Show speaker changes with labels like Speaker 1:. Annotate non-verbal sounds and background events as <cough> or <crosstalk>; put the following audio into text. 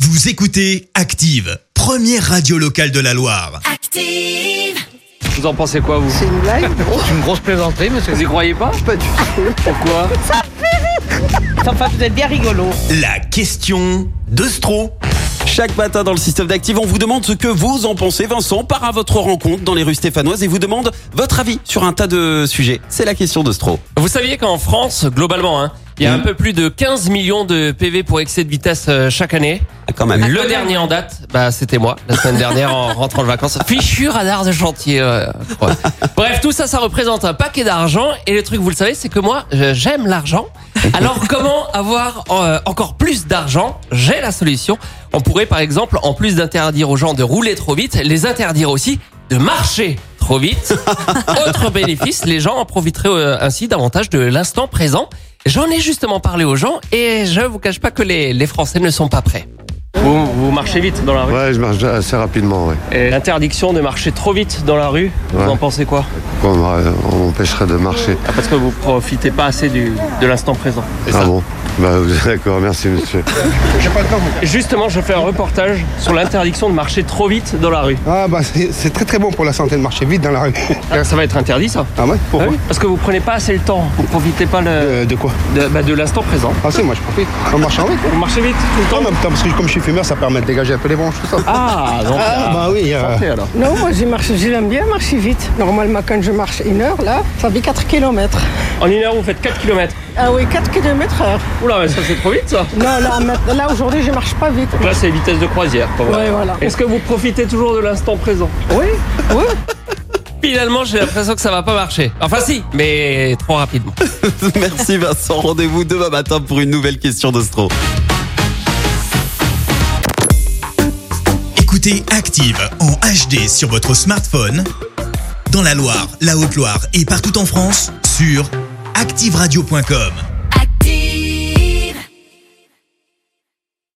Speaker 1: Vous écoutez Active, première radio locale de la Loire.
Speaker 2: Active.
Speaker 3: Vous en pensez quoi, vous
Speaker 4: C'est une
Speaker 3: <laughs>
Speaker 4: blague
Speaker 3: C'est une grosse plaisanterie, monsieur. Vous y croyez pas
Speaker 4: Pas du tout.
Speaker 3: Pourquoi
Speaker 4: Enfin, vous êtes bien rigolo.
Speaker 1: La question de Stro.
Speaker 5: Chaque matin dans le système d'active, on vous demande ce que vous en pensez. Vincent part à votre rencontre dans les rues stéphanoises et vous demande votre avis sur un tas de sujets. C'est la question de Stro.
Speaker 6: Vous saviez qu'en France, globalement, hein, il y
Speaker 3: Hmm.
Speaker 6: a un peu plus de 15 millions de PV pour excès de vitesse euh, chaque année.
Speaker 5: Ah, quand même.
Speaker 6: Le dernier en date, bah, c'était moi, la semaine dernière, en rentrant de vacances. Fichu radar de chantier. euh, ouais. Bref, tout ça, ça représente un paquet d'argent. Et le truc, vous le savez, c'est que moi, je- j'aime l'argent. Alors, comment avoir euh, encore plus d'argent J'ai la solution. On pourrait, par exemple, en plus d'interdire aux gens de rouler trop vite, les interdire aussi de marcher trop vite. Autre bénéfice, les gens en profiteraient euh, ainsi davantage de l'instant présent. J'en ai justement parlé aux gens et je vous cache pas que les, les Français ne sont pas prêts.
Speaker 3: vous, vous marchez vite dans la rue.
Speaker 7: Ouais, je marche assez rapidement, ouais.
Speaker 3: Et L'interdiction de marcher trop vite dans la rue,
Speaker 7: Ouais.
Speaker 3: vous en pensez quoi
Speaker 7: Pourquoi on m'a- bah, on m'empêcherait de marcher
Speaker 3: Ah, Parce que vous profitez pas assez du, de l'instant présent.
Speaker 7: Ah bon Bah, vous êtes d'accord, merci monsieur.
Speaker 3: Justement, je fais un reportage sur l'interdiction de marcher trop vite dans la rue.
Speaker 8: Ah bah c'est c'est très très bon pour la santé de marcher vite dans la rue.
Speaker 3: Ah, Ça va être interdit, ça
Speaker 8: Ah ouais Pourquoi
Speaker 3: Ah oui, Parce que vous prenez pas assez le temps. Vous profitez pas le-
Speaker 8: Euh, De quoi
Speaker 3: de, bah, de l'instant présent.
Speaker 8: Ah si moi je profite. En marchant vite.
Speaker 3: Vous marchez vite tout le
Speaker 8: En
Speaker 3: temps.
Speaker 8: même temps parce que comme je suis fumeur ça permet de dégager un peu les bronches tout ça.
Speaker 3: Ah, donc,
Speaker 8: Ah, bah oui. euh,
Speaker 3: santé, alors.
Speaker 4: Non, moi j'ai marché, j'aime bien marcher vite. Normalement, quand je marche une heure, là, ça fait 4 km.
Speaker 3: En une heure, vous faites 4 km.
Speaker 4: Ah oui, 4 km heure.
Speaker 3: Oula, mais ça c'est trop vite, ça.
Speaker 4: Non, là, maintenant- là aujourd'hui, je marche pas vite.
Speaker 3: Là, c'est vitesse de croisière. pas vrai.
Speaker 4: Ouais, voilà.
Speaker 3: Est-ce que vous profitez toujours de l'instant présent
Speaker 4: Oui, oui.
Speaker 6: Finalement, j'ai l'impression que ça va pas marcher. Enfin si, mais trop rapidement.
Speaker 5: <laughs> Merci Vincent. Rendez-vous demain matin pour une nouvelle question de Stro.
Speaker 1: Écoutez Active en HD sur votre smartphone, dans la Loire, la Haute-Loire et partout en France, sur activeradio.com.